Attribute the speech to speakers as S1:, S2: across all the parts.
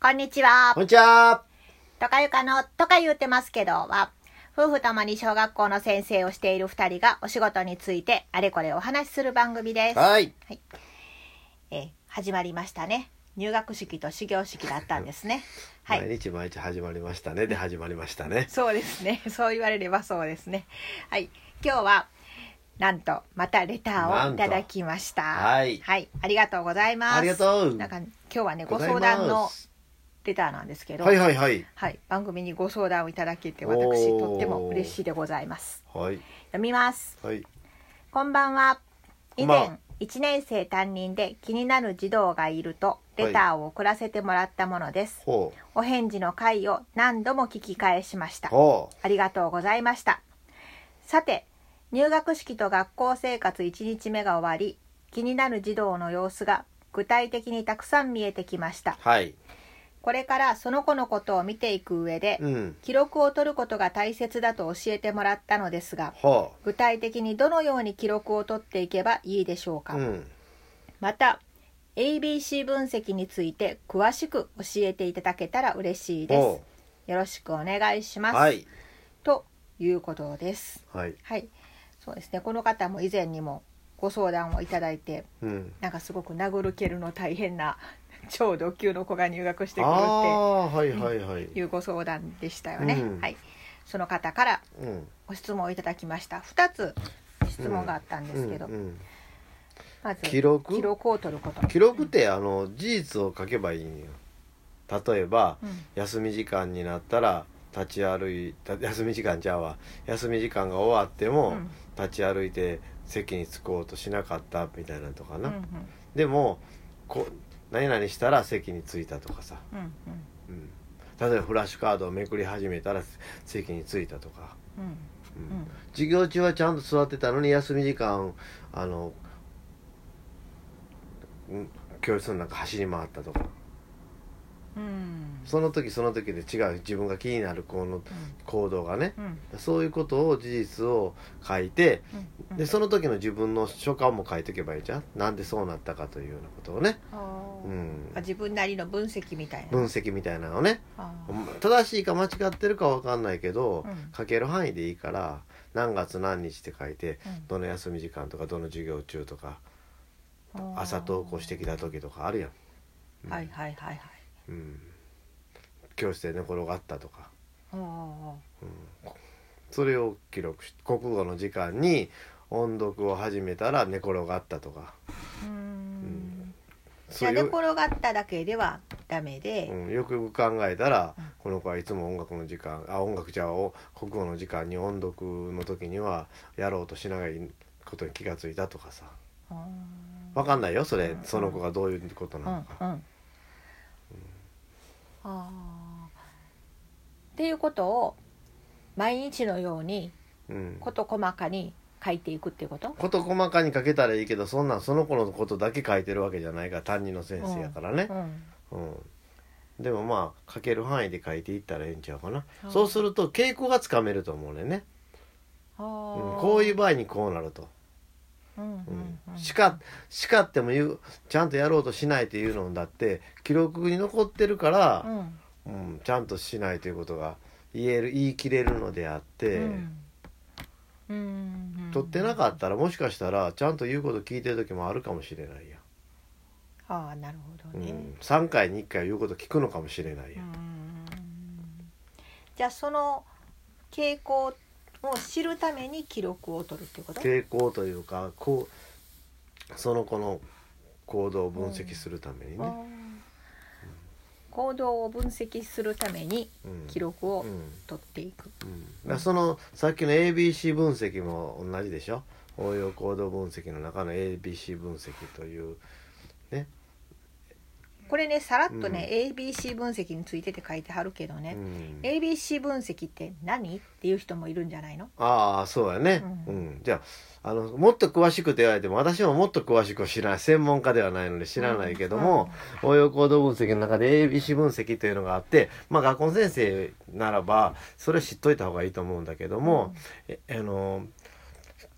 S1: こんにちは
S2: こん。にちは。
S1: とかゆかの、とか言うてますけどは、夫婦ともに小学校の先生をしている二人がお仕事についてあれこれお話しする番組です。
S2: はい。
S1: えー始まりましたね。入学式と始業式だったんですね。はい。
S2: 毎日毎日始まりましたね。で始まりましたね。
S1: そうですね。 そう言われればそうですね。はい。今日は、なんと、またレターをいただきました。
S2: はい
S1: ありがとうございます。
S2: ありがとう
S1: なんか、今日はね、ご
S2: ございま
S1: 相
S2: す
S1: 談のレターなんですけど、
S2: はいはいはい。
S1: はい、番組にご相談をいただけて
S2: お
S1: 私
S2: ー
S1: とっても嬉しいでございます
S2: はい。
S1: 読みます
S2: はい。
S1: こんばんは
S2: こ
S1: 以
S2: んばんは
S1: 前1年生担任で気になる児童がいるとレターを送らせてもらったものです、
S2: ほ
S1: お返事の回を何度も聞き返しまし
S2: う。
S1: た
S2: ほ
S1: ありがとうございましたさて入学式と学校生活1日目が終わり気になる児童の様子が具体的にたくさん見えてきました
S2: う。はい。
S1: これからその子のことを見ていく上で、
S2: うん。
S1: 記録を取ることが大切だと教えてもらったのですが
S2: ほ
S1: 具体的にどのように記録を取っていけばいいでしょうか、
S2: う。うん。
S1: また ABC 分析について詳しく教えていただけたら嬉しいで
S2: ほ
S1: すよろしくお願いし
S2: う。
S1: ます、
S2: はい。
S1: ということです
S2: はい。
S1: はいそうですねこの方も以前にもご相談をいただいて
S2: うん。
S1: なんかすごく殴る蹴るの大変な 超同級の子が入学してくる
S2: あ
S1: っ
S2: あー、はいはいはい。
S1: ていうご相談でしたよね、
S2: うん
S1: はいその方から
S2: うん。
S1: ご質問をいただきました2つ質問があったんですけど、
S2: うんうん
S1: まず
S2: 記録
S1: 記録を取ること
S2: 記録ってあの事実を書けばいいんよ。例えば
S1: うん、
S2: 休み時間になったら立ち歩いた休み時間じゃあわ休み時間が終わって
S1: う
S2: も
S1: ん
S2: 立ち歩いて席に着こうとしなかったみたいなのとか
S1: うんう
S2: な。
S1: ん
S2: でもこ何々したら席に着いたとかさ、
S1: うん
S2: うん、例えばフラッシュカードをめくり始めたら席に着いたとか、
S1: うんうん
S2: うん
S1: うん
S2: 授業中はちゃんと座ってたのに休み時間あのうん教室の中走り回ったとか
S1: うん
S2: その時その時で違う自分が気になるこの行動がね
S1: うんうん
S2: そういうことを事実を書いて
S1: うん
S2: でその時の自分の所感も書いておけばいいじゃんなんでそうなったかというようなことをね、
S1: あー
S2: うん
S1: あ、自分なりの分析みたいな、
S2: 分析みたいなのをね
S1: あー
S2: 正しいか間違ってるかわかんないけど、
S1: うん
S2: 書ける範囲でいいから何月何日って書いて
S1: うん
S2: どの休み時間とかどの授業中とか朝登校してきた時とかあるやん、
S1: あーはいはいはいはい
S2: うん、教室で寝転がったとか
S1: あー
S2: それを記録し国語の時間に音読を始めたら寝転がったとか
S1: うーん
S2: ん
S1: じゃあ寝転がっただけではダメで、
S2: うん、よくよく考えたら、
S1: うん
S2: この子はいつも音楽の時間あ音楽じゃあお国語の時間に音読の時にはやろうとしないことに気がついたとかさ
S1: あ
S2: わかんないよそれ、
S1: うん
S2: その子がどういうこと
S1: ー
S2: なのか、
S1: うんうんあーっていうことを毎日のように
S2: うん
S1: こと細かに書いていくっていうこと
S2: こと細かに書けたらいいけどそんなんその子のことだけ書いてるわけじゃないから担任の先生やからね
S1: う、ん
S2: うんでもまあ書ける範囲で書いていったらええんちゃうかな、
S1: うん
S2: そうすると傾向がつかめると思うねんね、
S1: あ
S2: うん
S1: ー
S2: こういう場合にこうなると。
S1: うんうんうん
S2: 叱叱っても言うちゃんとやろうとしないというのだって記録に残ってるから、
S1: うん
S2: うんちゃんとしないということが言える言い切れるのであって、
S1: うんうんうん
S2: 取ってなかったらもしかしたらちゃんと言うこと聞いてる時もあるかもしれないや、
S1: ああなるほ
S2: う
S1: どね、
S2: ん、3回に1回言うこと聞くのかもしれないや
S1: う、んじゃあその傾向を知るために記録を取るっていうこと
S2: 傾向というかこうその子の行動を分析するために
S1: あ
S2: ね、
S1: ー行動を分析するために
S2: うん
S1: 記録を
S2: うん
S1: 取っていく、
S2: うんだからそのさっきの ABC 分析も同じでしょ応用行動分析の中の ABC 分析という
S1: これねさらっとね、
S2: う
S1: ABC 分析についてって書いてはるけどね、
S2: うん
S1: ABC 分析って何っていう人もいるんじゃないの
S2: ああそうやね、
S1: う
S2: うんんじゃああのもっと詳しくと言われても私ももっと詳しくは知らない専門家ではないので知らないけども、応用行動分析の中で ABC 分析というのがあってまあ学校の先生ならばそれを知っといた方がいいと思うんだけども、えあの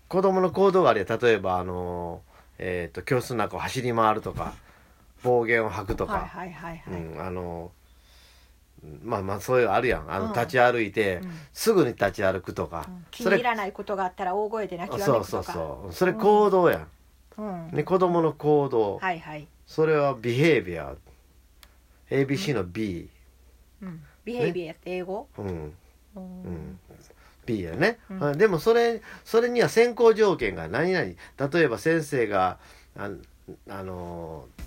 S2: 子供の行動があれば例えばあの、えー、と教室の中を走り回るとか暴言を吐くとか、
S1: はいはいはいはい、
S2: うん、あのまあまあそういうのあるやんあ
S1: う
S2: の
S1: ん
S2: 立ち歩いて、
S1: うん
S2: すぐに立ち歩くとか、
S1: 気に入らないことがあったら大声で泣きわ
S2: そ
S1: め
S2: う
S1: く
S2: そ
S1: と
S2: う
S1: か
S2: そうそれ行動やん、
S1: うん
S2: ね、子供の行動、
S1: はいはい、
S2: それはビヘイビア ABC の B、
S1: うん、ビヘイビアって英語、
S2: うん
S1: う
S2: うんん、B やね、
S1: うん
S2: あでもそれそれには先行条件が何々例えば先生がああのー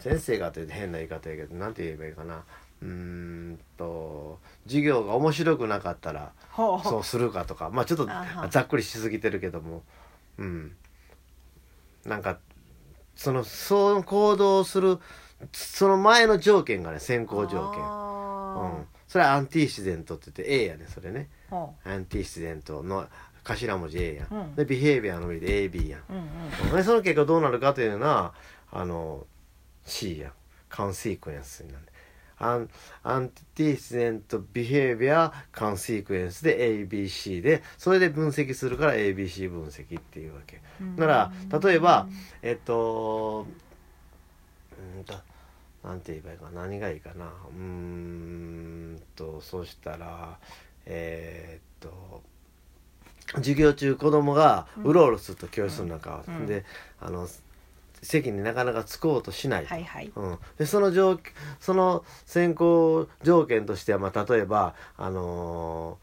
S2: 先生がって変な言い方やけどなんて言えばいいかなうーんと授業が面白くなかったら
S1: ほう
S2: そうするかとかまあちょっと
S1: あは
S2: ざっくりしすぎてるけどもうんなんかそのその行動をするその前の条件がね先行条件う
S1: あ
S2: んそれはアンティシデントって言って A やねそれね
S1: ーほ
S2: アンティシデントの頭文字 A やん、
S1: うん
S2: でビヘイビアの上で AB やん
S1: ううんうん
S2: でその結果どうなるかというのはあの C やんカンシークエンスになるアンアンティシデントビヘイビアカンシークエンスで ABC でそれで分析するから ABC 分析っていうわけ
S1: うん
S2: なら例えばえっとうーんとなんて言えばいいかな何がいいかなうーんとそうしたらえーっと授業中子供が
S1: うん
S2: うろうろすると教室の中を、
S1: うん
S2: であの席になかなか着こうとしないと、
S1: はいはい
S2: うん、でその条その選考条件としては、まあ、例えば、あの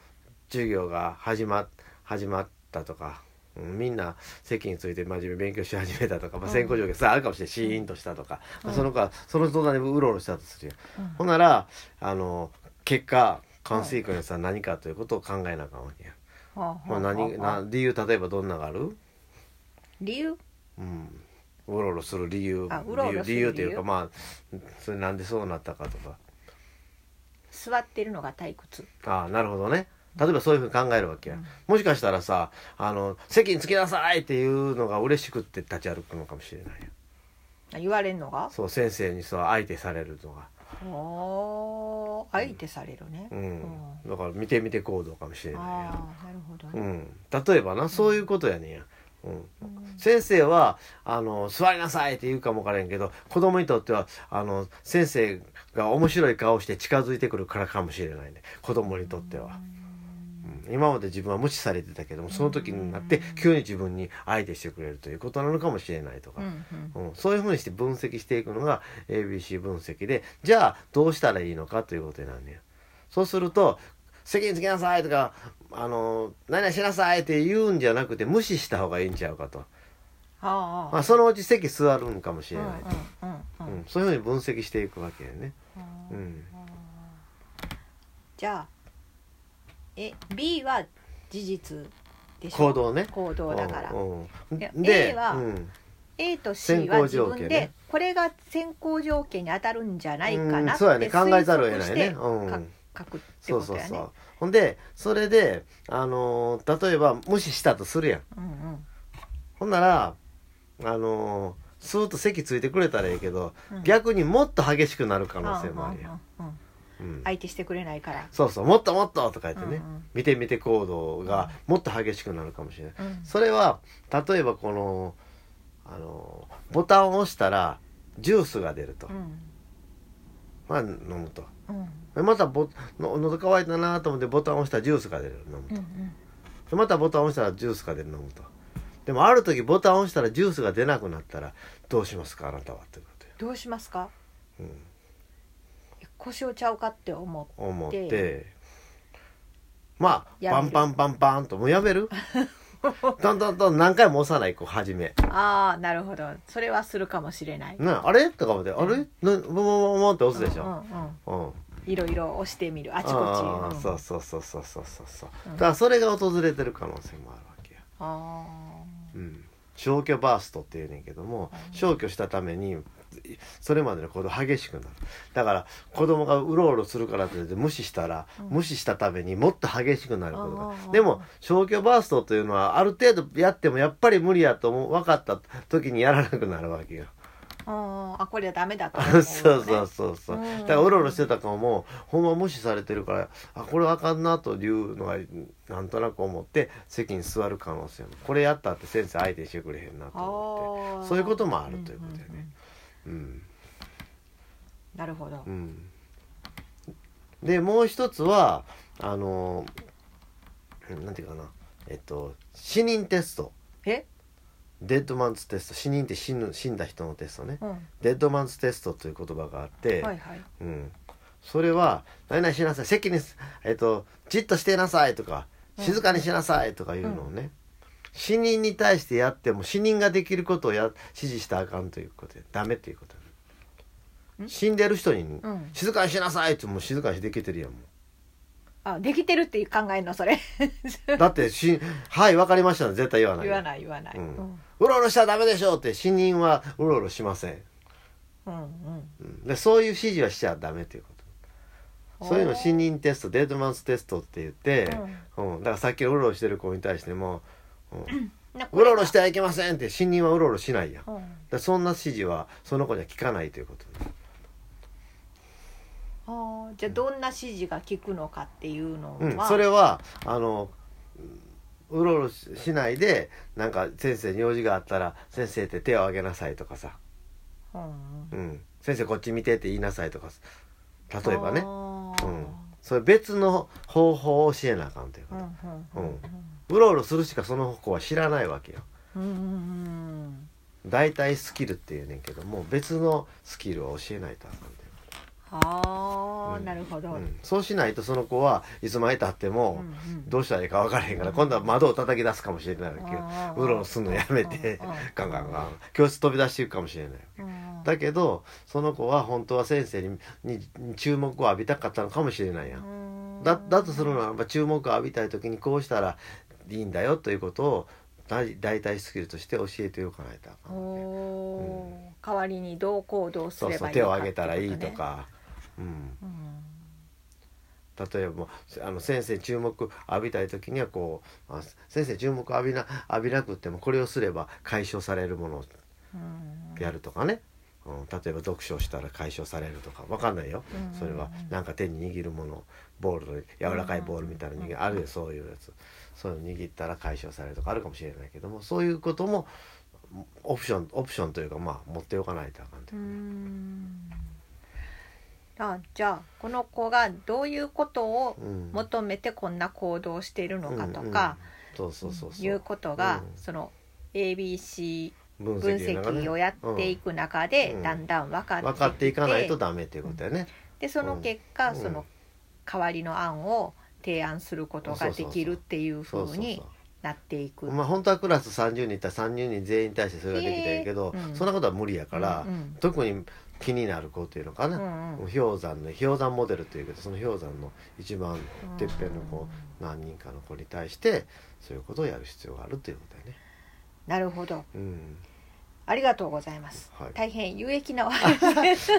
S2: ー授業が始ま始まったとか、うんみんな席について真面目に勉強し始めたとか、まあ、
S1: うん
S2: 選考条件さあるかもしれないシーンとしたとか、まあその子はその相談にうろうろしたとするよ、
S1: うん
S2: ほんなら、あのー結果カンシークエンスは何かということを考えなあかんわけや、
S1: ほうほうほ
S2: ま
S1: う
S2: あ、何な理由例えばどんなのがある
S1: 理由
S2: うん、うろうろする理由
S1: あうろうろする
S2: 理由理由ってい
S1: 理
S2: う
S1: 由
S2: かまあそれなんでそうなったかとか
S1: 座ってるのが退屈
S2: ああなるほどね例えばそういうふうに考えるわけや、
S1: うん
S2: もしかしたらさあの席につきなさいっていうのが嬉しくって立ち歩くのかもしれないよ
S1: あ言われんのが
S2: そう先生にさ相手されるのが
S1: おー相手されるね、
S2: うん、だから見てみて行動かもしれないや
S1: ああなるほど
S2: う
S1: ね、
S2: ん、例えばなそういうことやねんや、うん
S1: うん
S2: 先生はあの「座りなさい」って言うかもわからんけど子供にとってはあの先生が面白い顔して近づいてくるからかもしれないね子供にとっては、うん今まで自分は無視されてたけどもその時になって急に自分に相手してくれるということなのかもしれないとか
S1: う、んうん
S2: うん、そういうふうにして分析していくのが ABC 分析でじゃあどうしたらいいのかということになるねんそうすると「責任つけなさい」とか「あの何々しなさい」って言うんじゃなくて無視した方がいいんちゃうかと、
S1: ああ
S2: まあ、そのうち席座るんかもし
S1: う
S2: れ
S1: んう
S2: なんい、
S1: うんう
S2: うんんそういうふうに分析していくわけやね、
S1: うん
S2: うん、
S1: じゃあえ B は事実でしょ
S2: 行動ね
S1: 行動だから
S2: うんうん
S1: いや
S2: で
S1: A は
S2: うん、
S1: A と
S2: 先
S1: C は
S2: 行
S1: 自
S2: 条件ね
S1: 分でこれが先行条件に当たるんじゃないか
S2: う
S1: なっ
S2: ん
S1: て
S2: そうやね考えざるを
S1: 推測
S2: 得な
S1: し
S2: いね
S1: て
S2: うん
S1: か書くって
S2: そ
S1: こ
S2: うそ
S1: と
S2: う
S1: や
S2: そ
S1: ね
S2: うほんでそれで、あのー例えば無視したとするやん
S1: うんうん
S2: ほんならあのースーッと席ついてくれたらいいけど、
S1: うん
S2: 逆にもっと激しくなる可能性もあるやん、
S1: うんうんうん
S2: うん
S1: 相手してくれないから
S2: そうそうもっともっととか言ってね、
S1: うんうん
S2: 見て見て行動がもっと激しくなるかもしれない、
S1: うん
S2: それは例えばこのあのーボタンを押したらジュースが出ると、
S1: うん
S2: まあ飲むと
S1: うん
S2: でまたボの喉乾いたなと思ってボタンを押したらジュースが出る飲むと
S1: うんうん
S2: でまたボタンを押したらジュースが出る飲むとでもある時ボタンを押したらジュースが出なくなったらどうしますかあなたはってことよ
S1: どうしますか
S2: うん
S1: 故障ちゃうかって思う
S2: 思っ
S1: で
S2: てまあ
S1: や
S2: パ
S1: め
S2: ン
S1: る
S2: パンパンパンともうや めるどんどんどん何回も押さないこう初め
S1: ああなるほどそれはするかもしれない
S2: なあれとか思ってあれなボンボンボンボンって押すでし
S1: うんう
S2: ょ
S1: んうん
S2: うん
S1: いろいろ押してみるあちこち
S2: ああ
S1: うん
S2: そうそうそうそうそうそうそう
S1: うん
S2: だからそれが訪れてる可能性もあるわけや
S1: あ
S2: うん消去バーストって言うねんけども消去したためにそれまでの行動激しくなるだから子供がうろうろするからって言って無視したら、
S1: うん
S2: 無視したためにもっと激しくなること
S1: あ
S2: が
S1: ー
S2: でも消去バーストというのはある程度やってもやっぱり無理やと思う分かった時にやらなくなるわけよ、
S1: ーあーあこれはダメだと思
S2: そう そうそう
S1: ね
S2: そうそう
S1: うん
S2: だからうろうろしてた子もほんま無視されてるからあこれあかんなというのがなんとなく思って席に座る可能性もこれやったって先生相手してくれへんなと思って。
S1: あー
S2: そういうこともあるということだよね
S1: んんん
S2: うん
S1: なるほど
S2: うんでもう一つはあのなんていうかなえっと死人テスト
S1: え
S2: デッドマンズテスト死人って死ぬ死んだ人のテストね
S1: うんは
S2: デッドマンズテストという言葉があって、
S1: いはい
S2: うん、それは「何々しなさい席に、えっとじっとしていなさい」とか「
S1: うん
S2: 静かにしなさい」とかいうのをね、死人に対してやっても死人ができることをや指示したらあかんということでダメということ
S1: ん
S2: 死んでる人に、
S1: ん
S2: 静かにしなさい」ってもう静かにできてるやんも
S1: あできてるっていう考えのそれ
S2: うだってし「はいわかりました」絶対言わな い
S1: 言わない言わない、
S2: う
S1: うんん、うん
S2: うろうろしたらダメでしょうって死人はうろうろしません、
S1: うん
S2: うん、でそういう指示はしちゃダメということそういうの
S1: し
S2: 信任テストデッドマンステストって言って、うんだからさっきのうろうろしてる子に対しても、うんうろうろしてはいけませんって信任はうろうろしないやんだか
S1: うん
S2: らそんな指示はその子には聞かないということ
S1: あーじゃあどんな指示が効くのかっていうのは、
S2: うん、それはあのうんうろうろしないでなんか先生に用事があったら「先生って手を挙げなさい」とかさ
S1: うん
S2: 「うん、先生こっち見て」って言いなさいとか例えばね、
S1: あ
S2: う
S1: ー
S2: ん、それ別の方法を教えなあかんという
S1: う
S2: こ
S1: ん
S2: と、
S1: うんうん
S2: うろうろするしかその子は知らないわけよ
S1: うんうん
S2: 大体スキルっていうねんけども別のスキルを教えないとあかんね
S1: ああ、
S2: うん
S1: なるほど、
S2: ん、うん、そうしないとその子はいつまでたっても
S1: うんうん
S2: どうしたらいいか分からへんから
S1: うん
S2: 今度は窓を叩き出すかもしれないわけよ
S1: あー
S2: うろうろすんのやめて
S1: うんうん
S2: ガンガンガン教室飛び出していくかもしれない
S1: うん
S2: だけどその子は本当は先生ににに注目を浴びたかったのかもしれないやん
S1: うん
S2: だだとするのはやっぱ注目を浴びたい時にこうしたらいいんだよということを大大体スキルとして教えておかないとあかんわけよ
S1: おー代わりにどう行動す
S2: そう
S1: れ
S2: そ
S1: ば
S2: う
S1: いい
S2: 手を
S1: か
S2: 挙げたらいい
S1: ってこ
S2: と
S1: とね、
S2: か、うん、
S1: うん
S2: 例えばあの先生に注目浴びたい時にはこうあ先生注目浴びな浴びなくってもこれをすれば解消されるものを
S1: うん
S2: やるとかね、うん、例えば読書をしたら解消されるとかわかんないよ、
S1: うん
S2: それはなんか手に握るものボールの柔らかいボールみたいなの握る、あるよそういうやつそういうの握ったら解消されるとかあるかもしれないけどもそういうこともオプションオプションというかまあ持っておかないとあかんと
S1: う
S2: いうかね
S1: んあじゃあこの子がどういうことを
S2: うん
S1: 求めてこんな行動をしているのかとか、
S2: うんうんそうそうそうそう
S1: いうことが、
S2: うん
S1: その ABC
S2: 分
S1: 分
S2: の中ね
S1: 析をやっていく中で、
S2: うん
S1: だんだん分かって
S2: 分かっていかないとダメっていうことだよね。
S1: でその結果、
S2: うん
S1: その代わりの案を提案することができるっていうふ
S2: そうそう
S1: うに
S2: そ
S1: なっていく。
S2: う。まあ本当はクラス30人いたら30人全員に対してそれができたらいいけど、
S1: へーうん
S2: そんなことは無理やから、
S1: うん
S2: 特に気になる子っていうのか
S1: う
S2: な、
S1: んうん
S2: 氷山の氷山モデルというけどその氷山の一番てっぺんの子、何人かの子に対してそういうことをやる必要があるということだよね。
S1: なるほど
S2: うん
S1: ありがとうございます、
S2: はい
S1: 大変有益なお話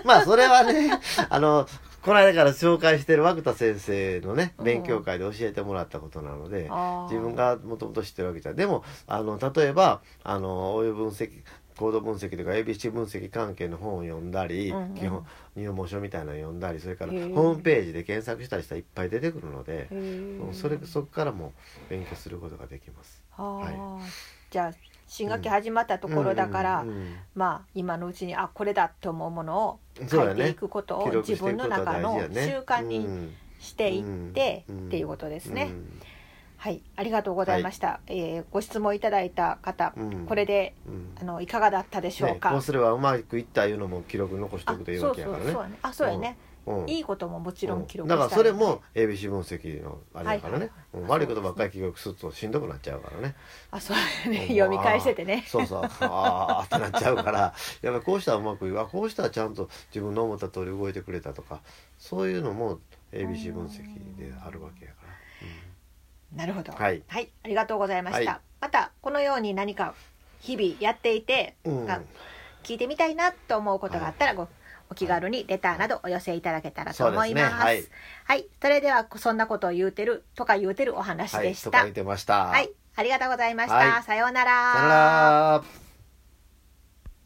S2: まあそれはね あのこの間から紹介してる涌田先生のね勉強会で教えてもらったことなので、
S1: あー
S2: 自分がもともと知ってるわけじゃないでもあの例えばあの応用分析行動分析とか ABC 分析関係の本を読んだり、
S1: うんうん
S2: 基本入門書みたいなのを読んだりそれからホ
S1: へー
S2: ームページで検索したりしたらいっぱい出てくるので
S1: へ、ー
S2: それそこからも勉強することができます。
S1: あー
S2: は
S1: じゃあ新学期始まったところだから、
S2: うんうん
S1: まあ今のうちにあこれだと思うものを
S2: そ
S1: 書
S2: うだ
S1: いてい
S2: ね
S1: くことを、
S2: 記録
S1: 自
S2: してい
S1: 分
S2: くこ
S1: の
S2: とは
S1: 中の
S2: 大事やね
S1: 習慣
S2: う
S1: に
S2: ん
S1: していって、
S2: うん
S1: っていうことですね、
S2: うん
S1: はいありがとうございました、えーご質問いただいた方、
S2: うん
S1: これで
S2: うん
S1: あのいかがだったでしょう
S2: ね
S1: か、
S2: こうすればうまくいったいうのも記録残して
S1: あ
S2: おくという
S1: そ
S2: わ
S1: う
S2: け
S1: そう
S2: や
S1: そ
S2: から
S1: う
S2: ね。
S1: やねあそうやね、
S2: うん
S1: いいことももちろん記録
S2: だ
S1: い
S2: から
S1: ね
S2: それも ABC 分析のあれだか
S1: はいは
S2: ら
S1: い
S2: ね、うん悪いことばっかり記録するとしんどくなっちゃうからね
S1: あそうやね
S2: うん
S1: 読み返しててね
S2: そうそうああってなっちゃうからやっぱりこうしたらうまくいくあこうしたらちゃんと自分の思った通り動いてくれたとかそういうのも ABC 分析であるわけやから。
S1: なるほど
S2: はい
S1: ありがとうございました、
S2: はい
S1: またこのように何か日々やっていて、
S2: うん
S1: あ聞いてみたいなと思うことがあったらご、お気軽にレターなどお寄せいただけたらと思います。
S2: そうですね
S1: はい、それではそんなことを言うてるとか言うてるお話
S2: は
S1: で
S2: い、
S1: し
S2: と
S1: た。
S2: か
S1: は
S2: 見
S1: い、
S2: てました。
S1: ありがとうございました。
S2: はい
S1: さよう
S2: さよなら。